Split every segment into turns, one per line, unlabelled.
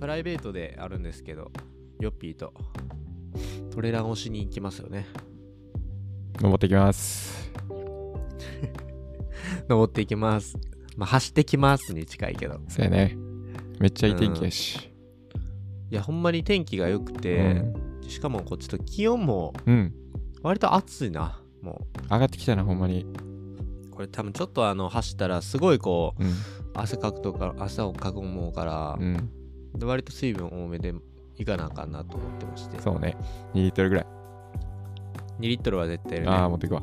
ライベートであるんですけどヨッピーとトレランをしに行きますよね
登ってきます
登っていきますまあ走ってきますに近いけど
そうやねめっちゃいい天気やし
いやほんまに天気が良く
う
て、
ん、
しかもこっちと気温も
うん、
割と暑いなも
上がってきたなほんまに
うこれ多分ちょっとあの走ったらすごいこう
うん
汗かくとか汗をかくもうから
う、ん
で割と水分多めでいかなあかんなと思ってまして2
そうね2リットルぐらい、
リットルは絶対いるね
あ
あ
あ持ってくわ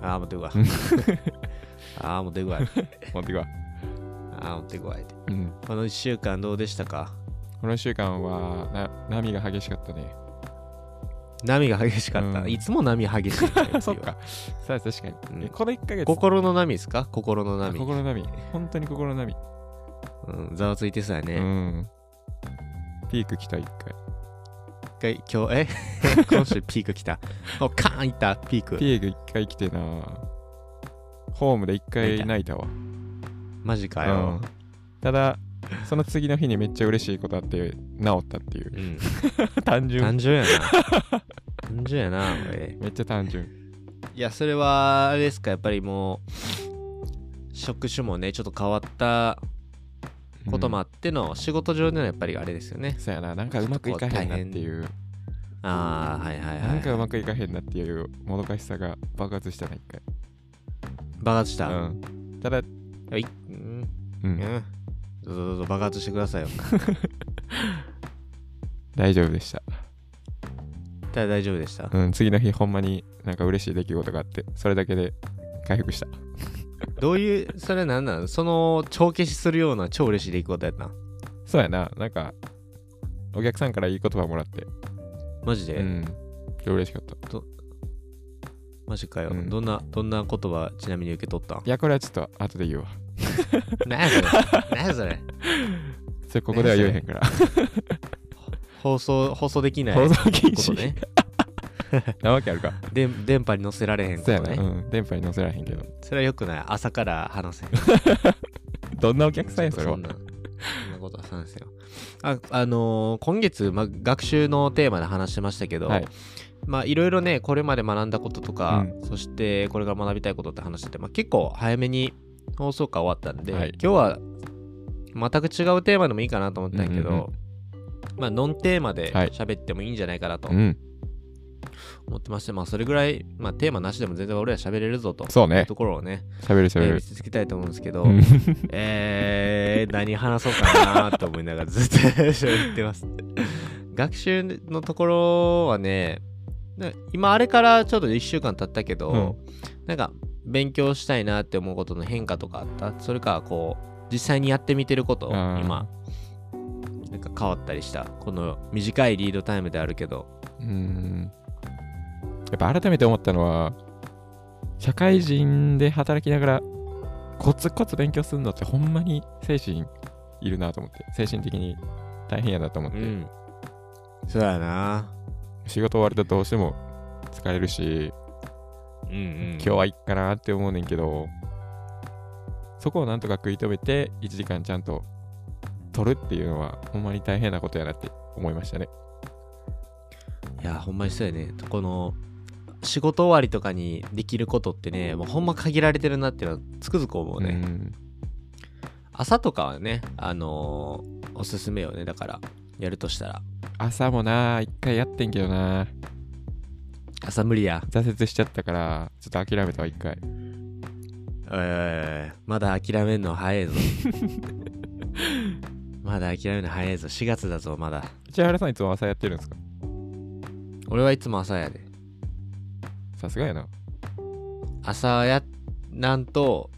あー持ってくわ ああ持ってくわ
持ってくわ
ああ持ってこいって
うん
この1週間どうでしたか
この1週間はな波が激しかったね
波が激しかった、
うん
いつも波激しいから
そっかさあ確かに、
うん
えこの1ヶ月
心の波ですか心の
あ
波
心の波本当に心の波、
うんざわついてそうや
う
ね、
んピーク来た1回
一回今日え 今週ピーク来たおカーンいったピーク
ピーク1回来てなホームで1回泣いたわ
マジか
うん
よ、
ただその次の日にめっちゃ嬉しいことあって治ったっていう
うん、
単純
単純やな単純やなおい
めっちゃ単純
いやそれはあれですかやっぱりもう職種もねちょっと変わったこともあ
っ
っての、仕事上でのやっぱりあれですよね
てそうやななんかうまくいかへんなっていう
ああはいはいはい
なんかうまくいかへんなっていうもどかしさが爆発したな一回
爆発した、
うん、ただ、
はいうん
うん、
どうぞどうぞ爆発してくださいよ。
大丈夫でした、
だ大丈夫でした。
うん、次の日ほんまになんか嬉しい出来事があってそれだけで回復した
どういう、それなんなのその帳消しするような超嬉しい出来事やったん
そうやななんかお客さんからいい言葉もらって
マジで、
うん嬉しかったい
マジかよ、
うん
どんな、どんな言葉ちなみに受け取ったん
やこれはちょっと後で言うわ
何やそれ何やそれ
それここでは言えへんから
放送、放送できない
放
こ
送禁
と
止、
ね。
なわけあるか
で電波に載せられへんこ
そう
と
やな、
ね。
うん、電波に載せられへんけど
それはよくない。朝から話せん。
どんなお客さんやそれは
んなそんなことはさんですよ。あ、あのー今月、まあ、学習のテーマで話してましたけど、
はい
まあいろいろねこれまで学んだこととか、
う
そしてこれから学びたいことって話してて、まあ、結構早めに放送回終わったんで、
はい
今日は全く違うテーマでもいいかなと思ったんやけど、
うんうん
まあノンテーマで
はい
喋ってもいいんじゃないかなと
うん
思ってまして、まあそれぐらい、まあ、テーマなしでも全然俺ら喋れるぞと。
そうね
ところをね、
喋る
え
喋
ー見
る、
つけたいと思うんですけど、
うん
えー、何話そうかなと思いながらずっと喋ってます。学習のところはね、な今あれからちょっと1週間経ったけど、なんか勉強したいなって思うことの変化とかあったそれかこう、実際にやってみてること、
あー
今、なんか変わったりした。この短いリードタイムであるけど、
うんやっぱ改めて思ったのは社会人で働きながらコツコツ勉強するのってほんまに精神いるなと思って精神的に大変やなと思っ
う
て、
ん。そうやな。
仕事終わるとどうしても疲れるし、
うんうん。
今日はいっかなって思うねんけどそこをなんとか食い止めて1時間ちゃんと取るっていうのはほんまに大変なことやなって思いましたね
いやほんまにそうやねこの仕事終わりとかにできることってねもうほんま限られてるなっていうのはつくづく思うね、
ん
朝とかはねあのーおすすめよねだからやるとしたら
朝もな一回やってんけどな
朝無理や
挫折しちゃったからちょっと諦めたわ一回
おいおいおいまだ諦めんの早いぞ まだ諦めるの早いぞ4月だぞまだ
千原さんいつも朝やってるんですか
俺はいつも朝やで
さすがやな
朝やなんと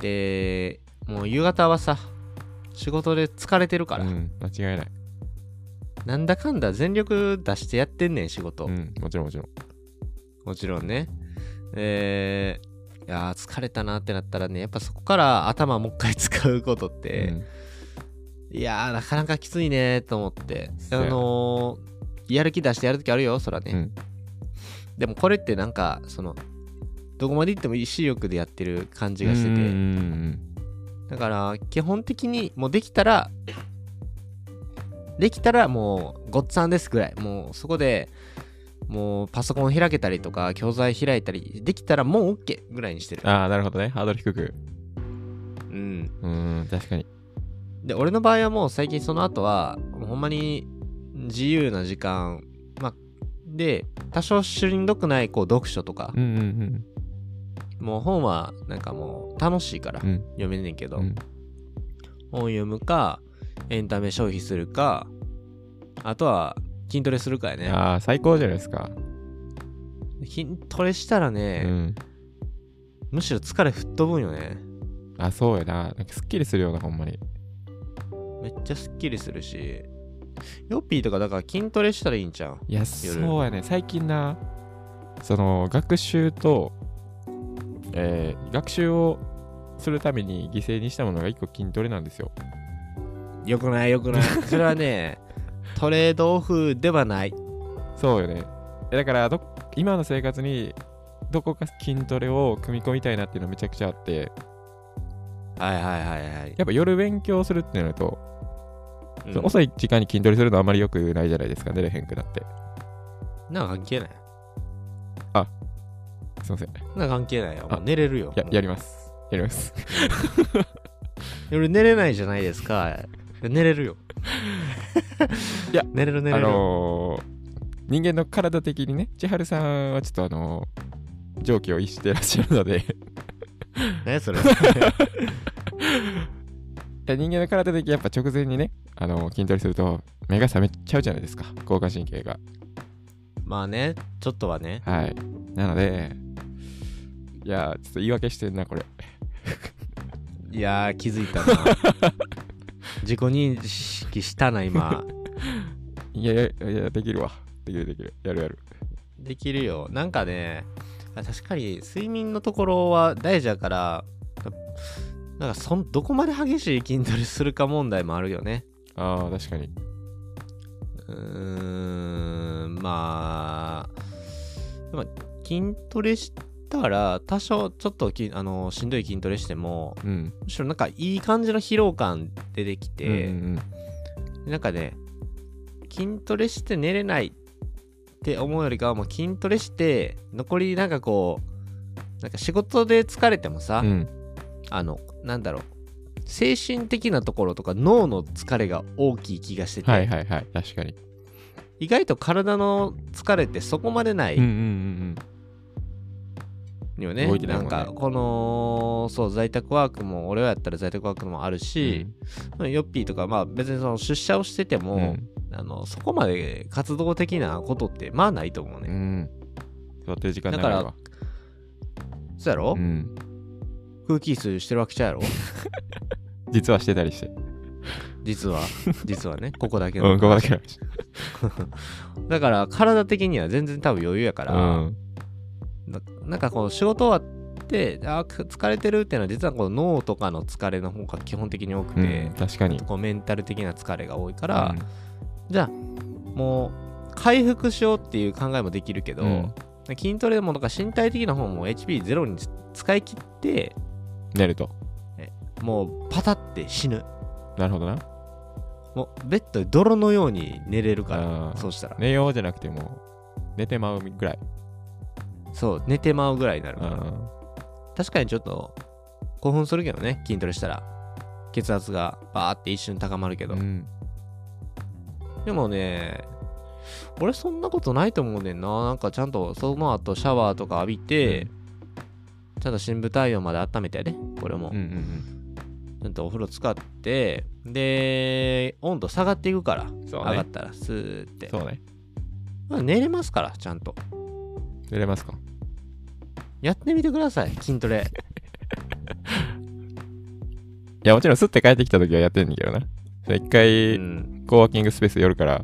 でもう夕方はさ仕事で疲れてるから、
うん間違いない
なんだかんだ全力出してやってんねん仕事、
うんもちろんもちろん
もちろんねえーいやー疲れたなってなったらねやっぱそこから頭もう一回使うことって、いやーなかなかきついねーと思ってあ
そうやな
のーやる気出してやるときあるよそら
う
ね、
ん、うん
でもこれってなんかそのどこまで行っても意志力でやってる感じがしてて
うんうん
だから基本的にもうできたらできたらもうごっつぁんですぐらいもうそこでもうパソコン開けたりとか教材開いたりできたらもう OK ぐらいにしてる
ああ、なるほどね。ハードル低く。
うん
うーん、確かに。
で俺の場合はもう最近その後はもうほんまに自由な時間、まあ、で多少しんどくないこう読書とか
う、んうん
もう本はなんかもう楽しいから
うん。うん。
読めんねんけど、
うん
本読むかエンタメ消費するかあとは筋トレするかやね
ああ、最高じゃないですか。
筋トレしたら
う
ね、
ん。
むしろ疲れ吹っ飛ぶんよね
あ、そうやな。なんかすっきりするような、ほんまに。
めっちゃすっきりするしヨッピーとかだから筋トレしたらいいんちゃう
いや、そうやね。最近な、その、学習と、えー学習をするために犠牲にしたものが一個筋トレなんですよ。
よくないよくない それはねトレードオフではない
そうよね。えだからど、今の生活に、どこか筋トレを組み込みたいなっていうのめちゃくちゃあって、
はいはいはいはい
やっぱ夜勉強するってなると、
うん
その遅い時間に筋トレするのあまり良くないじゃないですか、寝れへんくなって。
なんか関係ない
すいません。や
なんか関係ないよ
あ
もう寝れるよもう
やります。やります。
俺寝れないじゃないですか寝れる よ
いや
寝れる寝
あ
れる、
のー人間の体的にね、千春さんはちょっとあのー常軌を逸してらっしゃる のでい
何 それ
や人間の体的にやっぱ直前にね、あのー筋トレすると目が覚めちゃうじゃないですか交感神経が
まあねちょっとはね
はいなのでいやーちょっと言い訳してんなこれ
いやー気づいたな自己認識したな今
いやいやいやいやできるわできるできるやるやる
できるよなんかねあ確かに睡眠のところは大事やからなんかそんどこまで激しい筋トレするか問題もあるよね
あー確かに
うーんまあでも筋トレしたら多少ちょっときあのしんどい筋トレしても
うん
むしろなんかいい感じの疲労感出てきて、
うんうんうん
なんかね筋トレして寝れないって思うよりかはもう筋トレして残りなんかこうなんか仕事で疲れてもさ、
うん
あのなんだろう精神的なところとか脳の疲れが大きい気がしてて、
はいはいはい確かに
意外と体の疲れってそこまでない
うんうんうん
よね,、
動いてない
な
もん
ん
ね
かこのそう在宅ワークも俺はやったら在宅ワークもある
うん
し、ヨッピーとかまあ別にその出社をしてて
う
も、
んうん
あのそこまで活動的なことってまあないと思う
う
ね、
ん座ってる時間
だ
長
か
い
ら
わ
そうやろ、
うん
空気椅子してるわけちゃうやろ
実はしてたりして
実 は実はねここだけ
う
の、
ん、ごめんなさい。
だから体的には全然多分余裕やか
う
ら、
ん。
ななんかこう仕事終わってあーく疲れてるっていうのは実はこの脳とかの疲れの方が基本的に多くて、
うん確かに。
こうメンタル的な疲れが多いから、じゃあもう回復しようっていう考えもできるけど、
うん
筋トレでもとか身体的な方も HP ゼロに使い切って
寝ると。
もうパタって死ぬ
なるほどな。
もうベッドで泥のように寝れるか
あ
ら
ー
そうしたら、
寝ようじゃなくても、寝てまうぐらい。
そう寝てまうぐらいになる
う
から、
ん。
確かにちょっと興奮するけどね筋トレしたら血圧がバーって一瞬高まるけど、
うん
でもね俺そんなことないと思うねんななんかちゃんとその後シャワーとか浴びて、ちゃんと深部体温まで温めてやねこれも、
うんうん
ちゃんとお風呂使ってで温度下がっていくから、
うん。そ
上
う
が
ね
っ。たらスーって
そうね。
まあ寝れますからちゃんと
寝れますか
やってみてください筋トレ
いや、もちろん、すって帰ってきた時はやってんだけどな。で一
う
回、
ん
コワーキングスペース寄るから、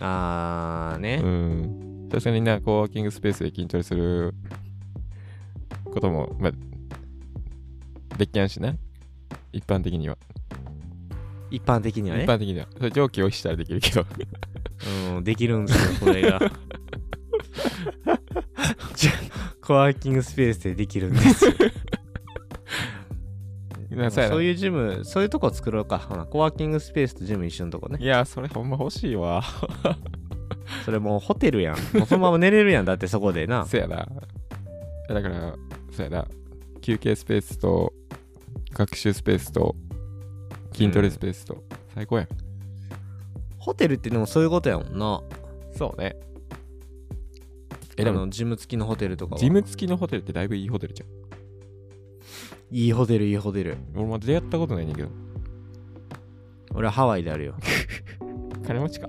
あーね、
うん。さすがにな、コワーキングスペースで筋トレすることも、まあ、できやんしな。一般的には。
一般的に
一
はね
般的には。それ蒸気を逸したらできるけど。
うん、できるんですよ、 これが。 じゃあコワーキングスペースでできるんですよ。
なそうやな
そういうジムそういうとこ作ろうかほなコワーキングスペースとジム一緒のとこね
いや、それほんま欲しいわ。
それもうホテルやんもうそのまま寝れる やんだってそこでな
そやな。えだから、そやな。休憩スペースと、学習スペースと、筋トレスペースと、最高やん。
ホテルってでもそういうことやもんな
そうね。え、
え
で
で
も
も、ジム付きのホテルとかは
ジム付きのホテルってだいぶいいホテルじゃん。
いいホテルいいホテル
俺まだ出会ったことないねんだけど。
俺はハワイであるよ
金持ちか。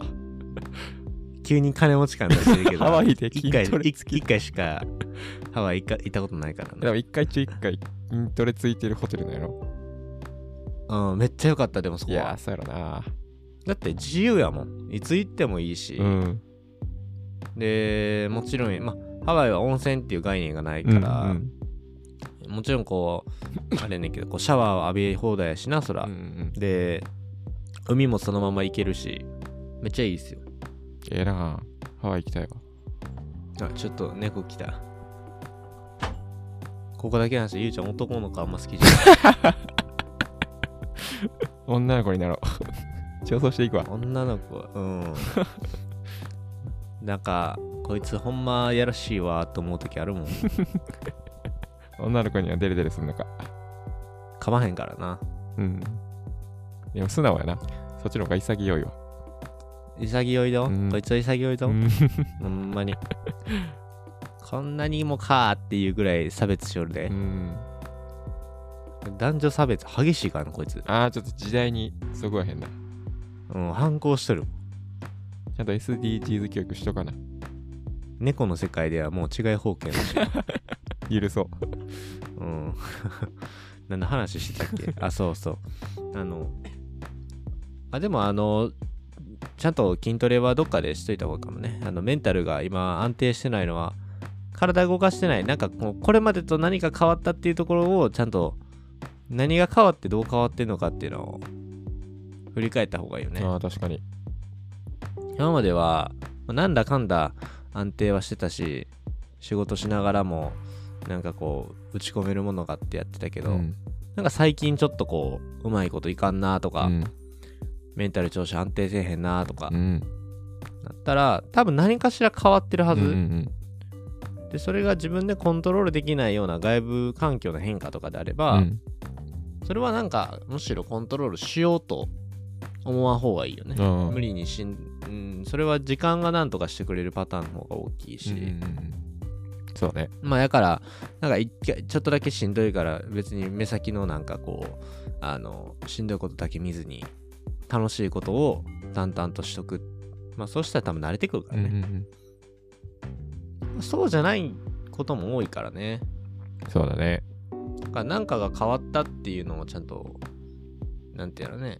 急に金持ち感出してるけど
ハワイで筋
一回
トレ
一
付き。
一回しかハワイ行か行ったことないから
で
な
も一回中一回筋トレついてるホテルなんやろ。
うん、めっちゃ良かったでもそ
い
こ
や
は
ー、そうやろな。
だって自由やもんいつ行ってもいいし、
うん。
でもちろん、ま、ハワイは温泉っていう概念がないか
うん
ら、
うん
もちろんこうあれやねんけどこうシャワーは浴び放題やしなそら、
うんうん。
で海もそのまま行けるしめっちゃいいですよ
ええな。ハワイ行きたいわ。
あちょっと猫来たここだけなんですよゆうちゃん男の子あんま好きじゃない
女の子になろう。 調査していくわ。
女の子うんなんかこいつほんまやらしいわと思う時あるもん
女の子にはデレデレすんのか。
かまへんからな
うん。でも素直やな。そっちの方が潔いわ。
潔いど、
うん
こいつは潔いど、
うん
ほんまに こんなにもかーっていうぐらい差別しよるで
う、ん。
男女差別激しいからなこいつ
ああ、ちょっと時代にそこは変だ。
うん反抗しとる
ちゃんと SDGs 教育しとかな。
猫の世界ではもう違い方形だし
許そ
う
う。
ん 何の話してたっけ あそうそうあのあでもあのちゃんと筋トレはどっかでしといた方がいいかもねあのメンタルが今安定してないのは体動かしてないなんかこうこれまでと何か変わったっていうところをちゃんと何が変わってどう変わってんのかっていうのを振り返った方がいいよね
ああ、確かに。
今まではまあなんだかんだ安定はしてたし仕事しながらもなんかこう打ち込めるものがあってやってたけど、
うん
なんか最近ちょっとこううまいこといかんなとか、
うん。
メンタル調子安定せえへんなとか
う、ん。
なったら多分何かしら変わってるはず、
うんうん
でそれが自分でコントロールできないような外部環境の変化とかであれ
う
ば、
ん。
それはなんかむしろコントロールしようと思わん方がいいよね、
うん
無理にしん、うん、それは時間が何とかしてくれるパターンの方が大きいし、
うんうんうんそうね。
まあだからなんか一回ちょっとだけしんどいから別に目先のなんかこうあのしんどいことだけ見ずに楽しいことを淡々としとくまあそうしたら多分慣れてくるか
うん
ら
う
ね、
ん
そうじゃないことも多いからね
うんそうだね。
だからなんかが変わったっていうのをちゃんとなんていうのね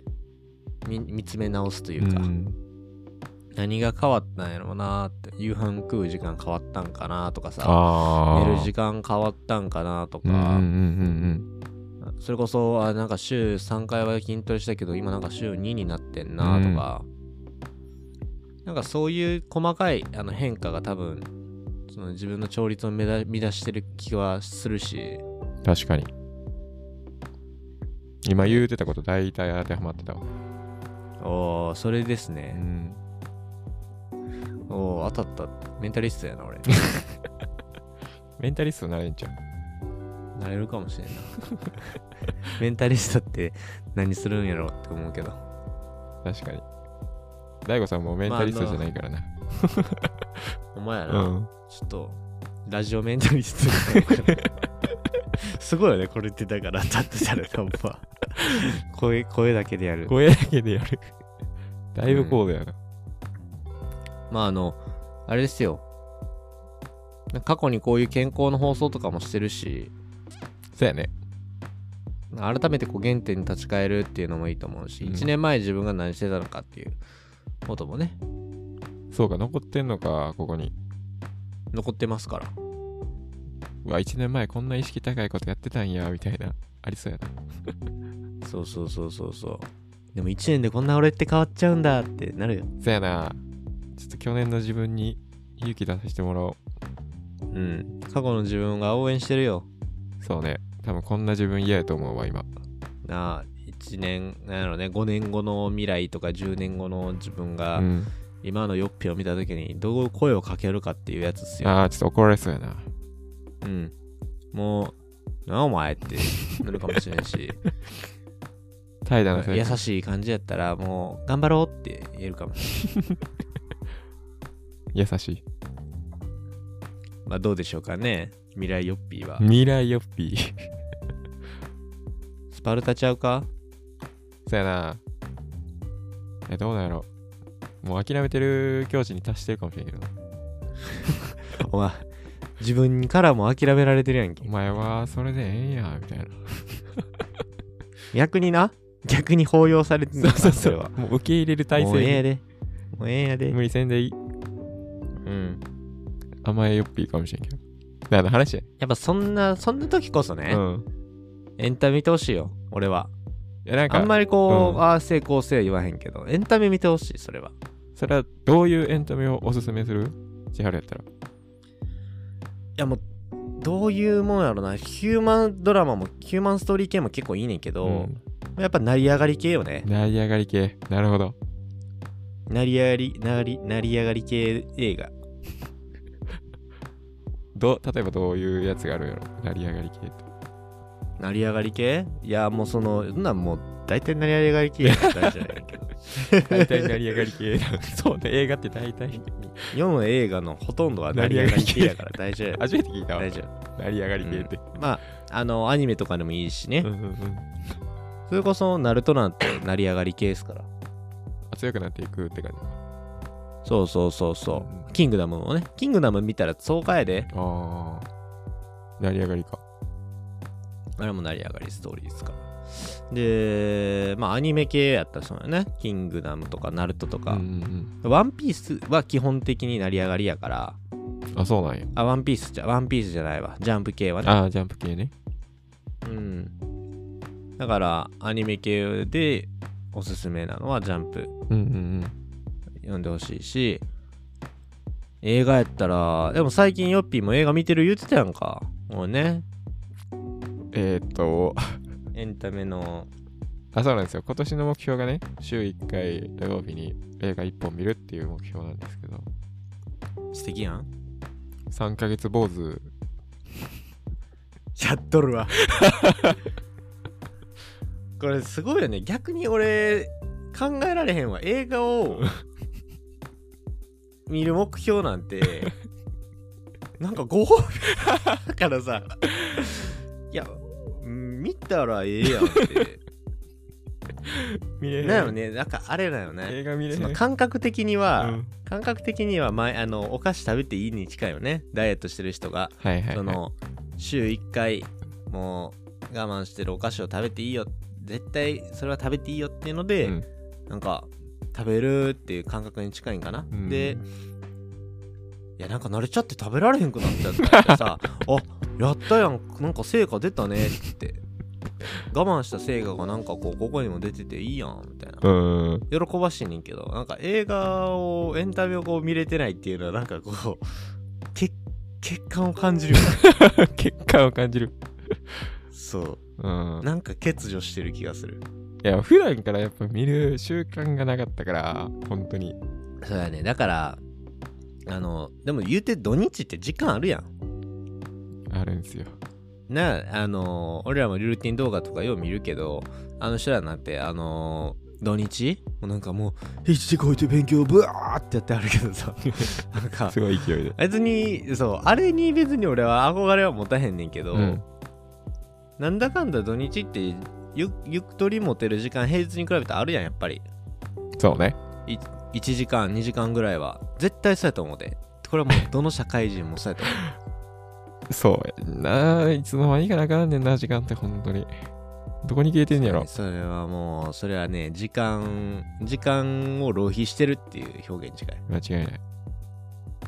見見つめ直すというか、
ん
何が変わったんやろうなって夕飯食う時間変わったんかなとかさ
ああ。
寝る時間変わったんかなとか、
うんうんうん
それこそあなんか週3回は筋トレしたけど今なんか週2になってんなとか、なんかそういう細かいあの変化が多分その自分の調律を乱乱してる気はするし
うん。確かに。今言うてたこと大体当てはまってたわ。
おーそれです
う
ね、
ん。
おー当たったメンタリストや な俺
メンタリストになれんちゃう。
なれるかもしれんなメンタリストって何するんやろって思うけど
確かに。大悟さんもメンタリストじゃないからな。
お前やな、
うん。
ちょっとラジオメンタリストみたいなすごいよねこれってだから立ってたらやっぱ声声だけでやる
声だけでやる。 だいぶこうだよな。
まああのあれですよ過去にこういう健康の放送とかもしてるし
そうやね。
改めてこう原点に立ち返るっていうのもいいと思うし、
うん
1年前自分が何してたのかっていうこともね
そうか、残ってんのか、ここに。
残ってますから
うわ、1年前こんな意識高いことやってたんや、みたいな。ありそうやな。
そうそうそうそうそうでも1年でこんな俺って変わっちゃうんだってなるよ
そうやな。ちょっと去年の自分に勇気出させてもらお
う
う。
ん過去の自分が応援してるよ
そうね。多分こんな自分嫌やと思うわ、今。
な1年なんやろね5年後の未来とか10年後の自分が
うん、
今のヨッピーを見た時にどう声をかけるかっていうやつっすよ、
ああ、ちょっと怒られそうやな。
うん、もう「なあお前」ってなるかもしれんし
怠 惰な性
優
格
しい感じやったらもう「頑張ろう」って言えるかも
優しい。
まあどうでしょうかね未来ヨッピーは
未来よっぴー。
スパルタちゃうか
そうやな。え、どうなんやろ。もう諦めてる境地に達してるかもしれんけどな。
お前自分からも諦められてるやんけ
お前はそれでええんや、みたいな。
逆にな逆に抱擁されてる
そうそう
そ
そ
れ
う
は。
もう受け入れる体
もうええ
制
やでもうええや
に
で
無理せんでいい。
うん
甘えよっぴーかもしれんけど。だから話や。
やっぱそんなそんな時こそね、
うん。
エンタメ見てほしいよ俺はい
や、なんか、
あんまりこう、
うん
ああ成功せえ言わへんけどエンタメ見てほしいそれは
それはどういうエンタメをおすすめする千春やったら。
いやもうどういうもんやろなヒューマンドラマもヒューマンストーリー系も結構いいねんけど、
うん
やっぱ成り上がり系よね
成り上がり系。なるほど。
成り上がり成り成り上がり系映画
ど例えばどういうやつがあるやろ成り上がり系と。
成り上がり系いやもうそのそんなんもう大体成り上がり系やった ら大事じゃないけど
大 体成り上がり系。 そうね、映画って大体。
世の映画のほとんどは成り上がり系やから大丈夫
初めて聞いたわ。
大丈
成り上がり系って。
夫まああのアニメとかでもいいしね、
うんうんうん。
それこそナルトなんて成り上がり系ですから
強くなっていくって感じ。
そうそうそうそううキングダムもねキングダム見たら爽快やで
ああ。成り上がりか。
あれも成り上がりストーリーですからでまあアニメ系やったらそうだねキングダムとかナルトと
うん
か
う、ん
ワンピースは基本的に成り上がりやから
うん。あ、そうなんや。
あワンピースじゃワンピースじゃないわジャンプ系はね
ああ、ジャンプ系ね。
うんだからアニメ系でおすすめなのはジャンプ
うんうん
読んでほしいし映画やったらでも最近ヨッピーも映画見てる言ってたやんかもうね
うん。えー、っと、
エンタメの
あ、そうなんですよ。今年の目標がね、週1回土曜日に映画1本見るっていう目標なんですけど、
素敵やん
3ヶ月坊主、
やっとるわ これすごいよね逆に俺考えられへんわ映画を見る目標なんて なんかご褒美だからさいやうん見たらええやんって
見れ
なのねなんかあれだよ
映
ね
画見れ
そ
へ
の
ん。
感覚的には、
うん
感覚的には前あのお菓子食べていいに近いよねダイエットしてる人が
はいはい、はい。
その週1回もう我慢してるお菓子を食べていいよ絶対それは食べていいよっていうので、
うん
なんか食べるっていう感覚に近いんかな、
うん
でいやなんか慣れちゃって食べられへんくなっちゃって さあやったやんなんか成果出たねって我慢した成果がなんかこうここにも出てていいやんみたいな
うん。
喜ばしいねんけどなんか映画をエンタメをこう見れてないっていうのはなんかこうけ欠陥を感じ るよね
結果を感じる。。
そううんなんか欠如してる気がする
いや、普段からやっぱ見る習慣がなかったから、本当に。
そうやねだからあのでも言うて土日って時間あるやん
あるんですよ。
なあの俺らもルーティン動画とかよう見るけどあの人らなんてあの土日もうなんかもう一時こいて勉強ブワーってやってあるけど さなんか
すごい勢いで。
別にそうあれに別に俺は憧れは持たへんねんけど、
うん。
なんだかんだ土日ってゆゆとり持てる時間平日に比べてあるやんやっぱり
そうね。
1時間2時間ぐらいは絶対そうやと思うでこれはも うどの社会人もそうやと思
そうやんな。いつの間にかなくなんねんな、時間って本当に。どこに消えてんねやろ
う。それはもうそれはね時間時間を浪費してるっていう表現に近い
間違いない。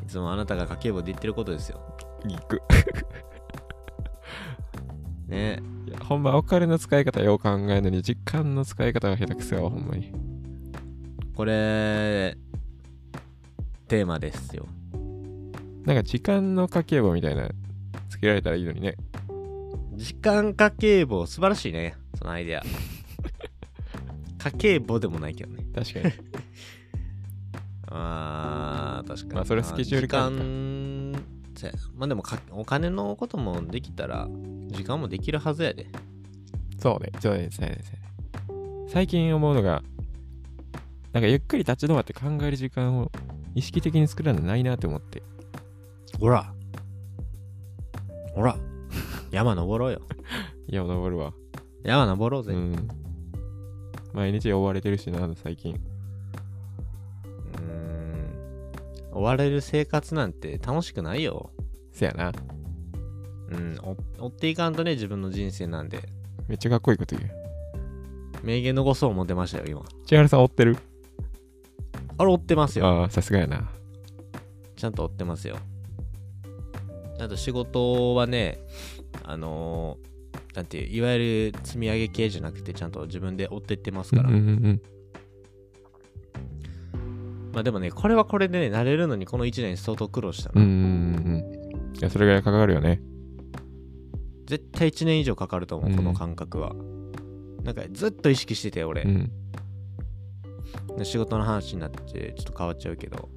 いつもあなたが家計簿で言ってることですよ
行く。
ね
いや、ほんま、お金の使い方よう考えるのに、時間の使い方が下手くそやわ、ほんまに。
これテーマですよ
なんか、時間の家計簿みたいな、つけられたらいいのにね。
時間家計簿素晴らしいねそのアイ デア家計簿でもないけどね
確かに。
あー確かに
まあそれスケジュール管理か
時間そうやなまあでもかお金のこともできたら時間もできるはずやで
そうね、そうね、そうね、そうね。最近思うのが、なんかゆっくり立ち止まって考える時間を意識的に作らないなって思って。
ほらほら 山登ろうよ
いや、登るわ。
山登ろうぜ、
うん。毎日追われてるしな、最近。
うーん追われる生活なんて楽しくないよ。
せやな。
うん、お追っていかんとね、自分の人生なんで。
めっちゃかっこいいこと言う。
名言残そう思ってましたよ、今。
千原さん追ってる
あれ、追ってますよ。
ああ、さすがやな。
ちゃんと追ってますよ。あと、仕事はね、あのーなんていう、いわゆる積み上げ系じゃなくて、ちゃんと自分で追ってってますから。
うんうんうん。
まあでもね、これはこれでね、慣れるのにこの1年相当苦労した
う
の。
んうんうんうん。いや、それぐらいかかるよね。
絶対1年以上かかると思う、この感覚は。なんか、ずっと意識してて、俺。
うん。
で仕事の話になってちょっと変わっちゃうけど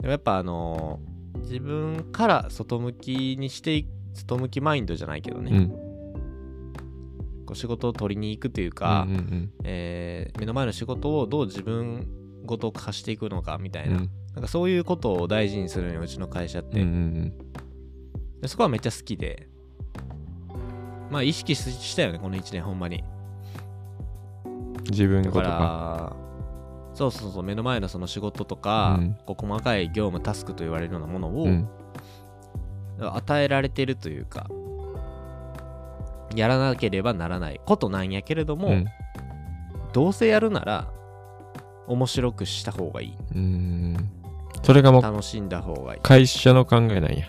でもやっぱあのー自分から外向きにしてい外向きマインドじゃないけど
う
ね、
ん。
こう仕事を取りに行くというか、
うんうん
えー目の前の仕事をどう自分ごと化していくのかみた
う
い
ん。う
な,、
ん
なんかそういうことを大事にするのようちの会社っ
うんう
て、
ん
でそこはめっちゃ好きでまあ意識ししたよねこの1年ほんまに
うん。自分
だ
のこ
か
とか。
らそうそうそう目の前のその仕事とか、
うん
こう細かい業務タスクと言われるようなものを、
うん。
与えられてるというかやらなければならないことなんやけれども、
うん
どうせやるなら面白くした方がいい
うん。それがもう
楽しんだ方がいい、
会社の考えなんや。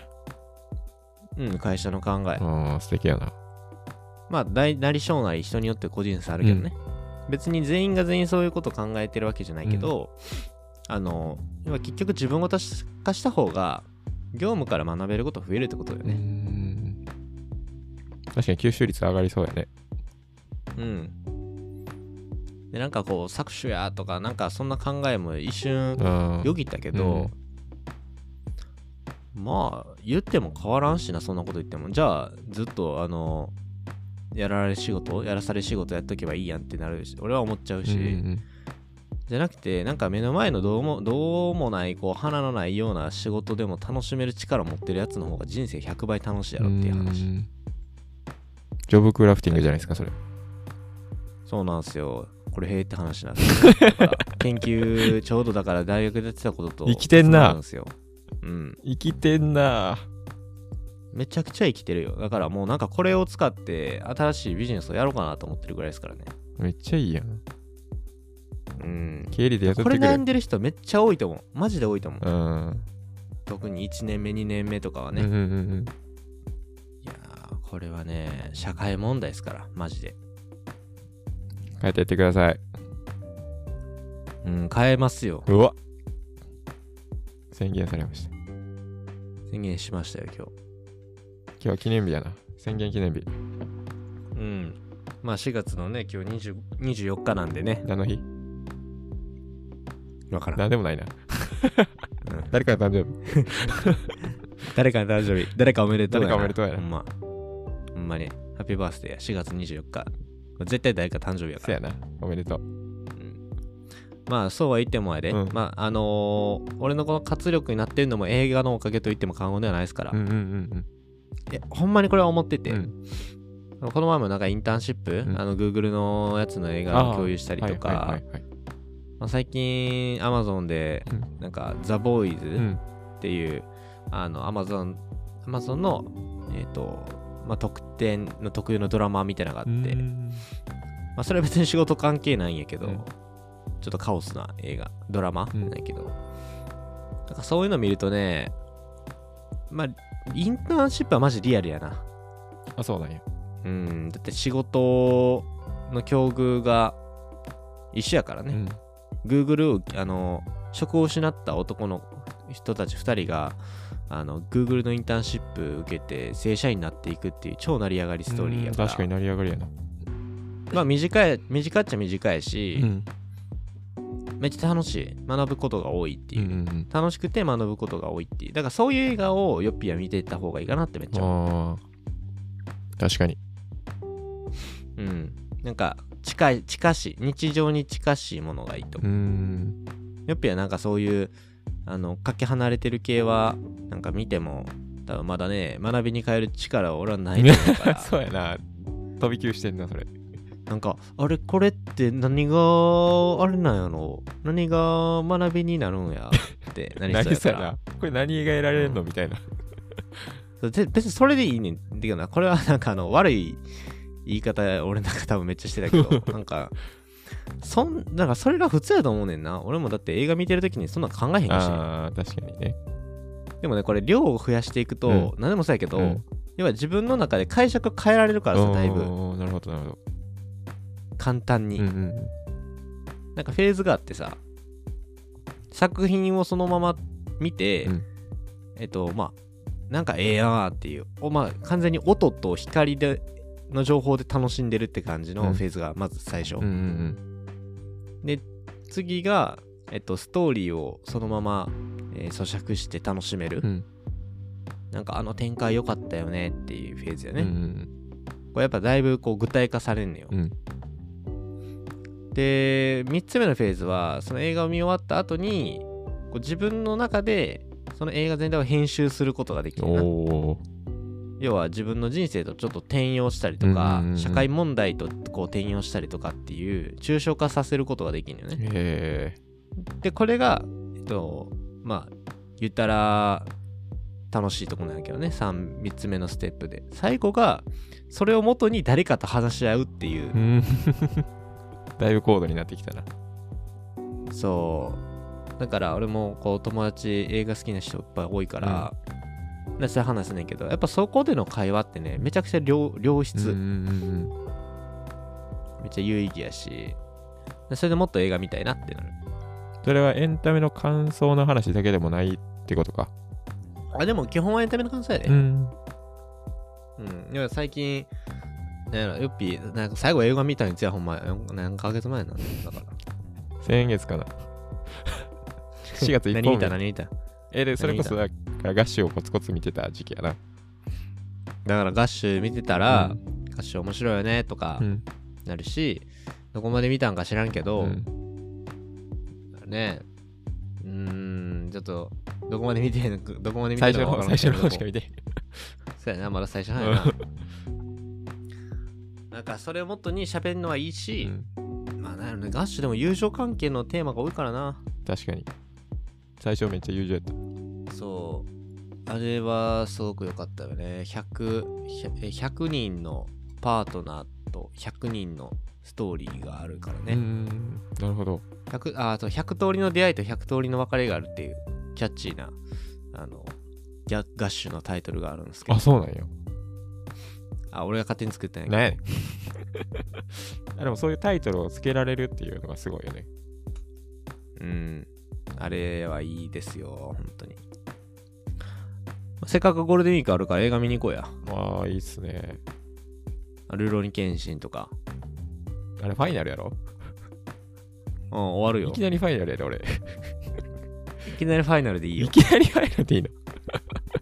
うん、会社の考え、
ああ、素敵やな。
まあ大なり小なり人によって個人差あるけどね、別に全員が全員そういうこと考えてるわけじゃないけど、あの要は結局自分ごと化した方が業務から学べること増えるってことだよ
うー
ね
ん確かに吸収率上がりそうやね。
うんでなんかこう搾取やとかなんかそんな考えも一瞬
うん
よぎったけど、まあ言っても変わらんしなそんなこと言ってもじゃあずっとあのやられ仕事やらされ仕事やっとけばいいやんってなるし俺は思っちゃうし、
うんうん
じゃなくてなんか目の前のどうもどうもないこう花のないような仕事でも楽しめる力持ってるやつの方が人生100倍楽しいやろっていう話、
うんジョブクラフティングじゃないですか、それ。
そうなんですよこれへえって話なんです よだから研究ちょうどだから大学でやってたことと
生きてんな
重るですようん
生きてんな。
めちゃくちゃ生きてるよだからもうなんかこれを使って新しいビジネスをやろうかなと思ってるぐらいですからね
めっちゃいいやん。
うん
経理でやっとっ
これ
てく
悩
れ。
んでる人めっちゃ多いと思うマジで多いと思う
うん
特に1年目2年目とかはね、い
うんうんうん
やーこれはね社会問題ですからマジで
変えていってください。
うん変えますよ
うわ宣言されました。
宣言しましたよ今
今日は記念日やな。宣言記念日。
日うんまあ4月のね今日20 24日なんでね
何の日
分からん
何でもないな。 誰かの誕生日。
誰かの誕生日誰かおめでとうやな
誰かおめでとうやな
ほんまほんまにハッピーバースデーや4月24日絶対誰か誕生日やから
せやな。おめでとう。
まあそうは言ってもあれ、
うん
まああのー俺のこの活力になってるのも映画のおかげと言っても過言ではないですから、
うんうんうん
えほんまにこれは思って
う
て、
ん。うん
この前もなんかインターンシップ、
うん
あの Google のやつの映画を共有したりとか、
はいはいはいはい
まあ、最近 Amazon で
うん
なんか「ザ・ボーイ
う
ズ
ん
っていう、あの Amazon, Amazon のえっ、とまあ、特典の特有のドラマみたいなのがあって、
う
ま
ん
あ、それは別に仕事関係ないんやけど、
うん
ちょっとカオスな映画ドラマ
うん
なんやけど、なんかそういうの見るとねまあインターンシップはマジリアルやな
あ、そうなんや。
うんだって仕事の境遇が一緒やから
う
ね、
ん
Google をあの職を失った男の人たち2人があの Google のインターンシップ受けて正社員になっていくっていう超成り上がりストーリーやから
確かに成り上がりやな。
まあ短い短っちゃ短いし、
うん
めっちゃ楽しい学ぶことが多いって
う
い
ん
う、
うん
楽しくて学ぶことが多いっていうだからそういう映画をヨッピーは見ていった方がいいかなってめっちゃ思
あー確かに
う、うん、なんか近い近しい日常に近しいものがいいと思う
うん
ヨッピーはなんかそういうあのかけ離れてる系はなんか見ても多分まだね学びに変える力は俺はないと思うか ら
そうやな飛び級してんなそれ
なんかあれこれって何があれなんやろ何が学びになるんやってなりそうや
何
か
さ
ら
なこれ何描いられるのみたいな
そうぜ別にそれでいいねんっていうなこれはなんかあの悪い言い方俺なんか多分めっちゃしてたけ どなんかそんなんかそれが普通やと思うねんな俺もだって映画見てる時にそんなん考えへんかしね
あー確かにね
でもねこれ量を増やしていくと、
うん
何でもそうやけど、
うん
要は自分の中で解釈を変えられるからさだいぶ
おーなるほどなるほ
簡単に、
どうんうん
なんかフェーズがあってさ作品をそのまま見て、
うん
えっとまあなんかええなーっていうおまあ完全に音と光での情報で楽しんでるって感じ
う
の
ん
フェーズがまず最初、
うんうん
次が、えっと、ストーリーをそのまま、えー咀嚼して楽しめる、
うん
なんかあの展開良かったよねっていうフェーズよ
うんう
ね、
ん
これやっぱだいぶこう具体化されんのよ、
うん
で3つ目のフェーズはその映画を見終わった後にこう自分の中でその映画全体を編集することができ
う
る
ん
な
おお
要は自分の人生とちょっと転用したりとか、
うんうんうん
社会問題とこう転用したりとかっていう抽象化させることができるよね
へえ
でこれがえっとまあ言ったら楽しいとこなんやけどね 3, 3つ目のステップで最後がそれを元に誰かと話し合うっていう
うん だいぶ高度になってきたな
そうだから俺もこう友達映画好きな人いっぱい多いから、でそういう話すねんけどやっぱそこでの会話ってねめちゃくちゃ良良質、
うんうんうん
めっちゃ有意義やしでそれでもっと映画見たいなってなる
それはエンタメの感想の話だけでもないってことか。
あでも基本はエンタメの感想やで、
ん。
うん、いや最近なんやろよっぴーなんか最後映画見たのいつやほんま何ヶ月前なんだから
先月 かな。4月1
何見た
日目。
何見ただ
え、で、それこそ
何
だから合唱をコツコツ見てた時期やな。
からガッシュ見てたら、ガッシュ面白いよねとか
ん。
なるし、どこまで見たんか知らんけど、ねうーんちょっとどこまで見てんのかどこまで見て
最
ん
初
の
の
か
方、
分
最初
からんけど
の方しか見てない。
そうやなまだ最初なんやななんかそれをもっとに喋るのはいいし、まあなるねガッシュでも友情関係のテーマが多いからな
確かに。最初めっちゃ友情やった。
そうあれはすごく良かったよね 100, 100え100人のパートナーと100人のストーリーがあるから
う
ね、
ん。なるほど。
100, ああと100通りの出会いと100通りの別れがあるっていうキャッチーなあのギャガッシュのタイトルがあるんですけど
あ、そうなんよ。
あ、俺が勝手に作ったんやけど。
なんやね んあでもそういうタイトルをつけられるっていうのがすごいよね。
うん。あれはいいですよ、本当に。せっかくゴールデンウィークあるから映画見に行こうや。
まあ、いいっすね。
ルロニケンシンとか。
あれ、ファイナルやろ
うん、終わるよ
いき。なりファイナルやで、俺。
いきなりファイナルでいい
い
よ。
きなりファイナルでいいの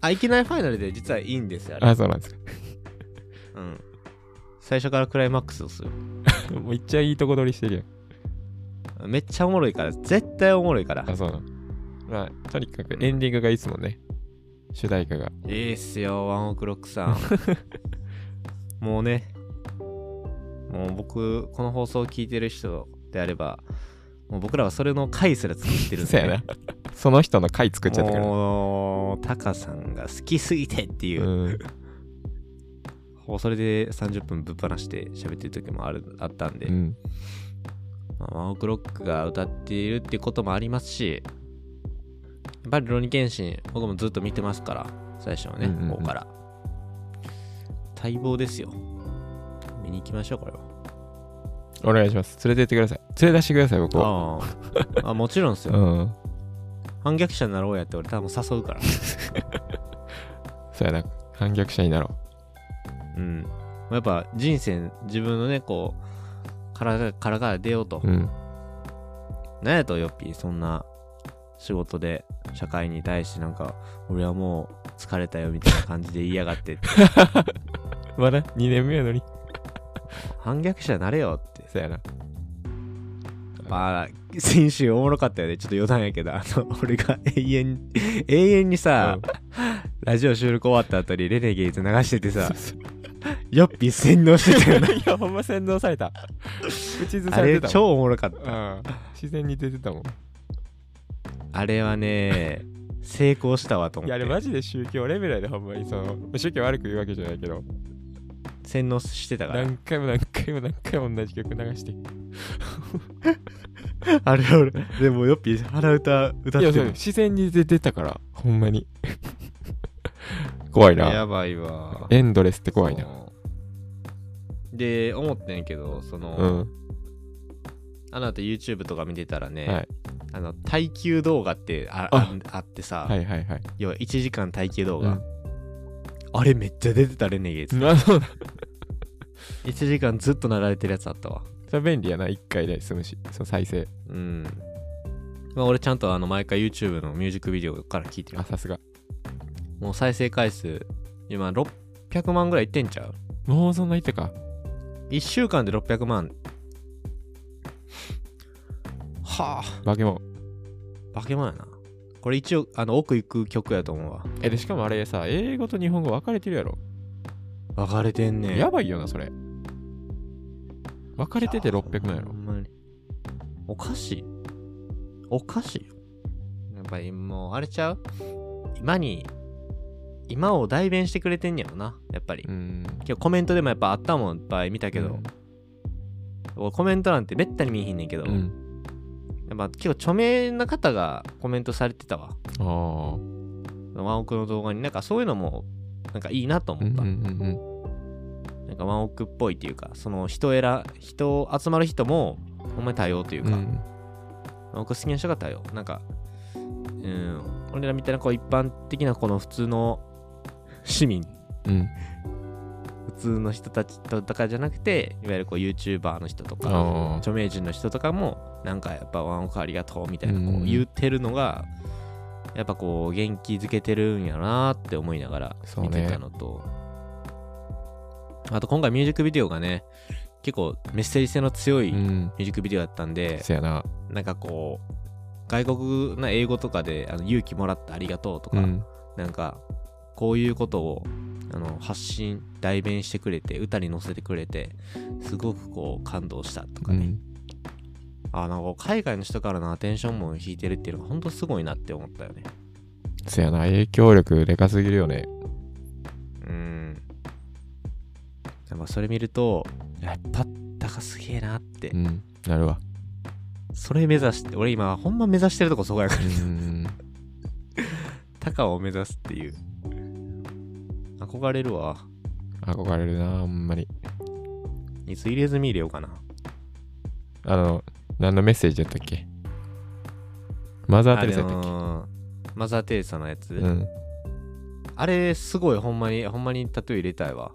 あ、いきなりファイナルで実はいいんですよ、あれ。
あ、そうなんですか。
うん。最初からクライマックスをする。
もういっちゃいいとこ取りしてるやん。
めっちゃおもろいから、絶対おもろいから
あ、。そうなの。まあ、とにかくエンディングがいいですもんね。主題歌が。
いいっすよ、ワンオクロックさ ん。もうね、もう僕、この放送を聞いてる人であれば、もう僕らはそれの回すら作ってるん
そ
で、
や
ね
な。。その人の回作っちゃったから。
もう、タカさんが好きすぎてっていう、
うん。
もうそれで30分ぶっ放して喋ってる時もあるあったんで、
うん。
まあワンオクロックが歌っているってこともありますし、やっぱりロニケンシン、僕もずっと見てますから、最初はね、
うんうんうん
ここから。待望ですよ。見に行きましょう、これは。
お願いします。連れてってください。連れ出してください、僕
あ
を。
ああもちろんです
う
よ。
ん。
反逆者になろうやって俺多分誘うから。
そやな。反逆者になろ
うん。やっぱ人生、自分のね、こう、からがからが出ようと、
うん。
なんやとよっぴーそんな仕事で社会に対してなんか俺はもう疲れたよみたいな感じで言いやがってって
まだ2年目やのに。
反逆者なれよって
そやな。
まあ先週おもろかったよねちょっと余談やけどあの俺が永遠永遠にさ、ラジオ収録終わった後にレネゲイズ流しててさよっぴー洗脳してたよ な
いや、ほんま洗脳された。打ちず
あ
され
れ
てたもん。
超おもろかった
うん自然に出てたもん。
あれはね成功したわと思
い
っ
や、あれ
て
マジで宗教レベルやで、ほんまに。その、宗教悪く言うわけじゃないけど、
洗脳してたから
何回も何回も何回も同じ曲流して。い
あれ俺でもよっぴー鼻歌歌っ
や、
て
そ
る
う自然に出てたから、ほんまに。 怖いな。
やばいわ
エンドレスって怖いな。
そうで思ってんけどそうの、
ん。
あの後 YouTube とか見てたらね、
はい
あの耐久動画ってああ
あ
あってさ、
はいはいはい。
要は1時間耐久動
う
画、
ん
あれめっちゃ出てたレネゲーズ
なそうだ。
1時間ずっと流れてるやつあったわ
それ便利やな、一回で済むし、その再生。
うんまあ俺ちゃんとあの毎回 YouTube のミュージックビデオから聞いてる
あ、さすが。
もう再生回数今600万ぐらいいってんちゃう
もうそんな言ってか。
1週間で600万はあ
化け物。
化け物やなこれ一応あの奥行く曲やと思うわ
え、で、しかもあれさ、英語と日本語分かれてるやろ。
分かれてんね
やばいよな、それ。分かれてて600なんや
ほ
ろ。
んまにおかしいおかしいよやっぱりもうあれちゃう今に今を代弁してくれてんやろなやっぱり
うん。
今日コメントでもやっぱあったもんいっぱい見たけど、俺コメントなんてめったに見えへんねんけど、
うん。
やっぱ結構著名な方がコメントされてたわ
ああ。
ワンオクの動画になんかそういうのもなんかいいなと
うん
思
う
っ
ん
た、
うん
なんかワンオクっぽいっていうかその人選人集まる人もほんまに多様というか、
うん。う
ワン
ん
オク好きな人が多様なんかうん俺らみたいなこう一般的なこの普通の市民
うん。
普通の人たちとだからじゃなくていわゆるこう YouTuber の人とか
ああ。
著名人の人とかもなんかやっぱワンオクありがとうみたいな
うん
こう言ってるのがやっぱこう元気づけてるんやなって思いながら
そう
見
ね
てたのと、あと今回ミュージックビデオがね結構メッセージ性の強いミ
う
ュ
ん。
ージックビデオだったんで、
せやな。
なんかこう外国の英語とかであの勇気もらってありがとうと
う
か、
ん。
なんかこういうことをあの発信代弁してくれて歌に乗せてくれてすごくこう感動したとか
う
ね、
ん。
あなんか海外の人からのアテンションも引いてるっていうのが本当すごいなって思ったよね。
せやな。影響力でかすぎるよね。
うん。まあそれ見ると、やっぱ高すげえなって、
うん。なるわ。
それ目指して、俺今ほんま目指してるとこそこやか
う
ら、
ん。
高を目指すっていう。憧れるわ。
憧れるな、ほんまに。
いつ入れ墨入れようかな。
あの、何のメッセージやったっけマザー・テレサやったっけ
のーマザー・テレサのやつ、
うん。
あれすごいほんまにほんまにタトゥー入れたいわ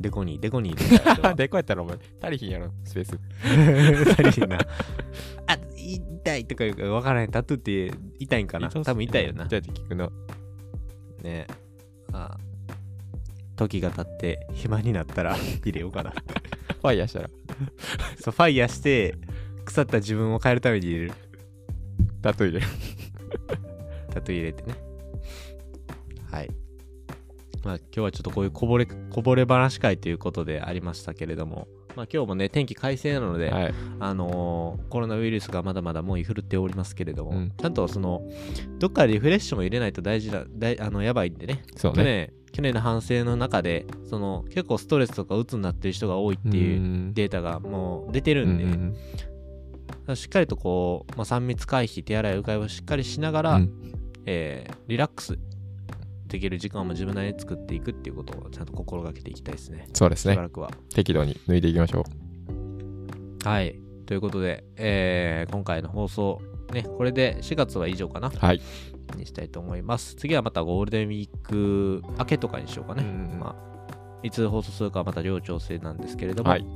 デコにデコに入れ たいあれは
あ、でこうやったらお前、足りひんやろ、スペース。
二人な。あ、痛いとか言うから分からへん。タトゥーって痛いんかな多分痛いよな。
痛いって聞くな。
ねあ時が経って暇になったら入れよう かな。
ファイヤーしたら、
そう、ファイヤーして腐った自分を変えるために入れる。
タトゥー入れる。
タトゥー入れてね。はい。まあ今日はちょっとこういうこぼれ、こぼれ話会ということでありましたけれども、まあ今日もね、天気快晴なので、
はい。
あのーコロナウイルスがまだまだ猛威振るっておりますけれども、
うん
ちゃんとそのどっかリフレッシュも入れないと大事だだいあのやばいんでね
そう
去
ね。
年去年の反省の中でその結構ストレスとか鬱になってる人が多いっていううんデータがもう出てるんで、
うんうん
しっかりとこう、まあ、3密回避手洗いうがいをしっかりしながら、
うん
えーリラックスできる時間も自分なりに作っていくっていうことをちゃんと心がけていきたいですね
そうです
しば
ね。
らくは。
適度に抜いていきましょう。
はい。ということで、えー今回の放送、ね、これで4月は以上かな
はい。
にしたいと思います。次はまたゴールデンウィーク明けとかにしようかね。
うんうん
まあ、いつ放送するかはまた両調整なんですけれども、
はい。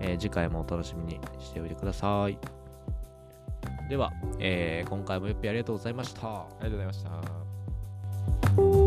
えー次回もお楽しみにしておいてください。では、えー今回もよっぴありがとうございました。
りがとうございました。